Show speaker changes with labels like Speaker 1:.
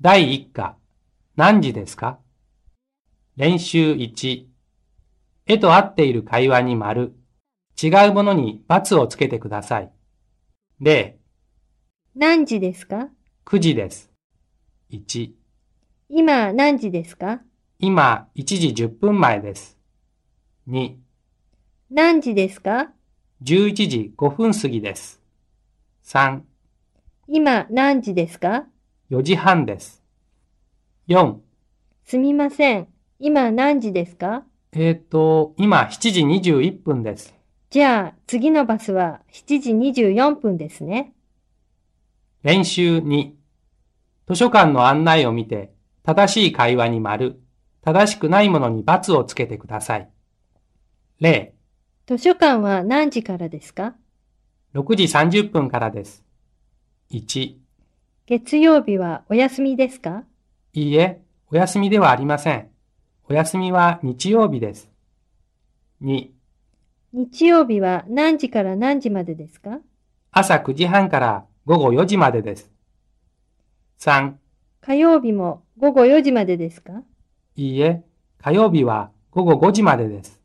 Speaker 1: 第1課、何時ですか練習1、絵と合っている会話に丸、違うものに×をつけてください。例、
Speaker 2: 何時ですか
Speaker 1: 9時です。1、
Speaker 2: 今何時ですか
Speaker 1: 今1時10分前です。2、
Speaker 2: 何時ですか
Speaker 1: 11時5分過ぎです。3、
Speaker 2: 今何時ですか
Speaker 1: 4時半です。4、
Speaker 2: すみません。今何時ですか
Speaker 1: えーと、今7時21分です。
Speaker 2: じゃあ次のバスは7時24分ですね。
Speaker 1: 練習2。図書館の案内を見て、正しい会話に丸、正しくないものに×をつけてください。例、
Speaker 2: 図書館は何時からですか
Speaker 1: 6時30分からです。1、
Speaker 2: 月曜日はお休みですか
Speaker 1: いいえ、お休みではありません。お休みは日曜日です。2、
Speaker 2: 日曜日は何時から何時までですか
Speaker 1: 朝9時半から午後4時までです。3、
Speaker 2: 火曜日も午後4時までですか
Speaker 1: いいえ、火曜日は午後5時までです。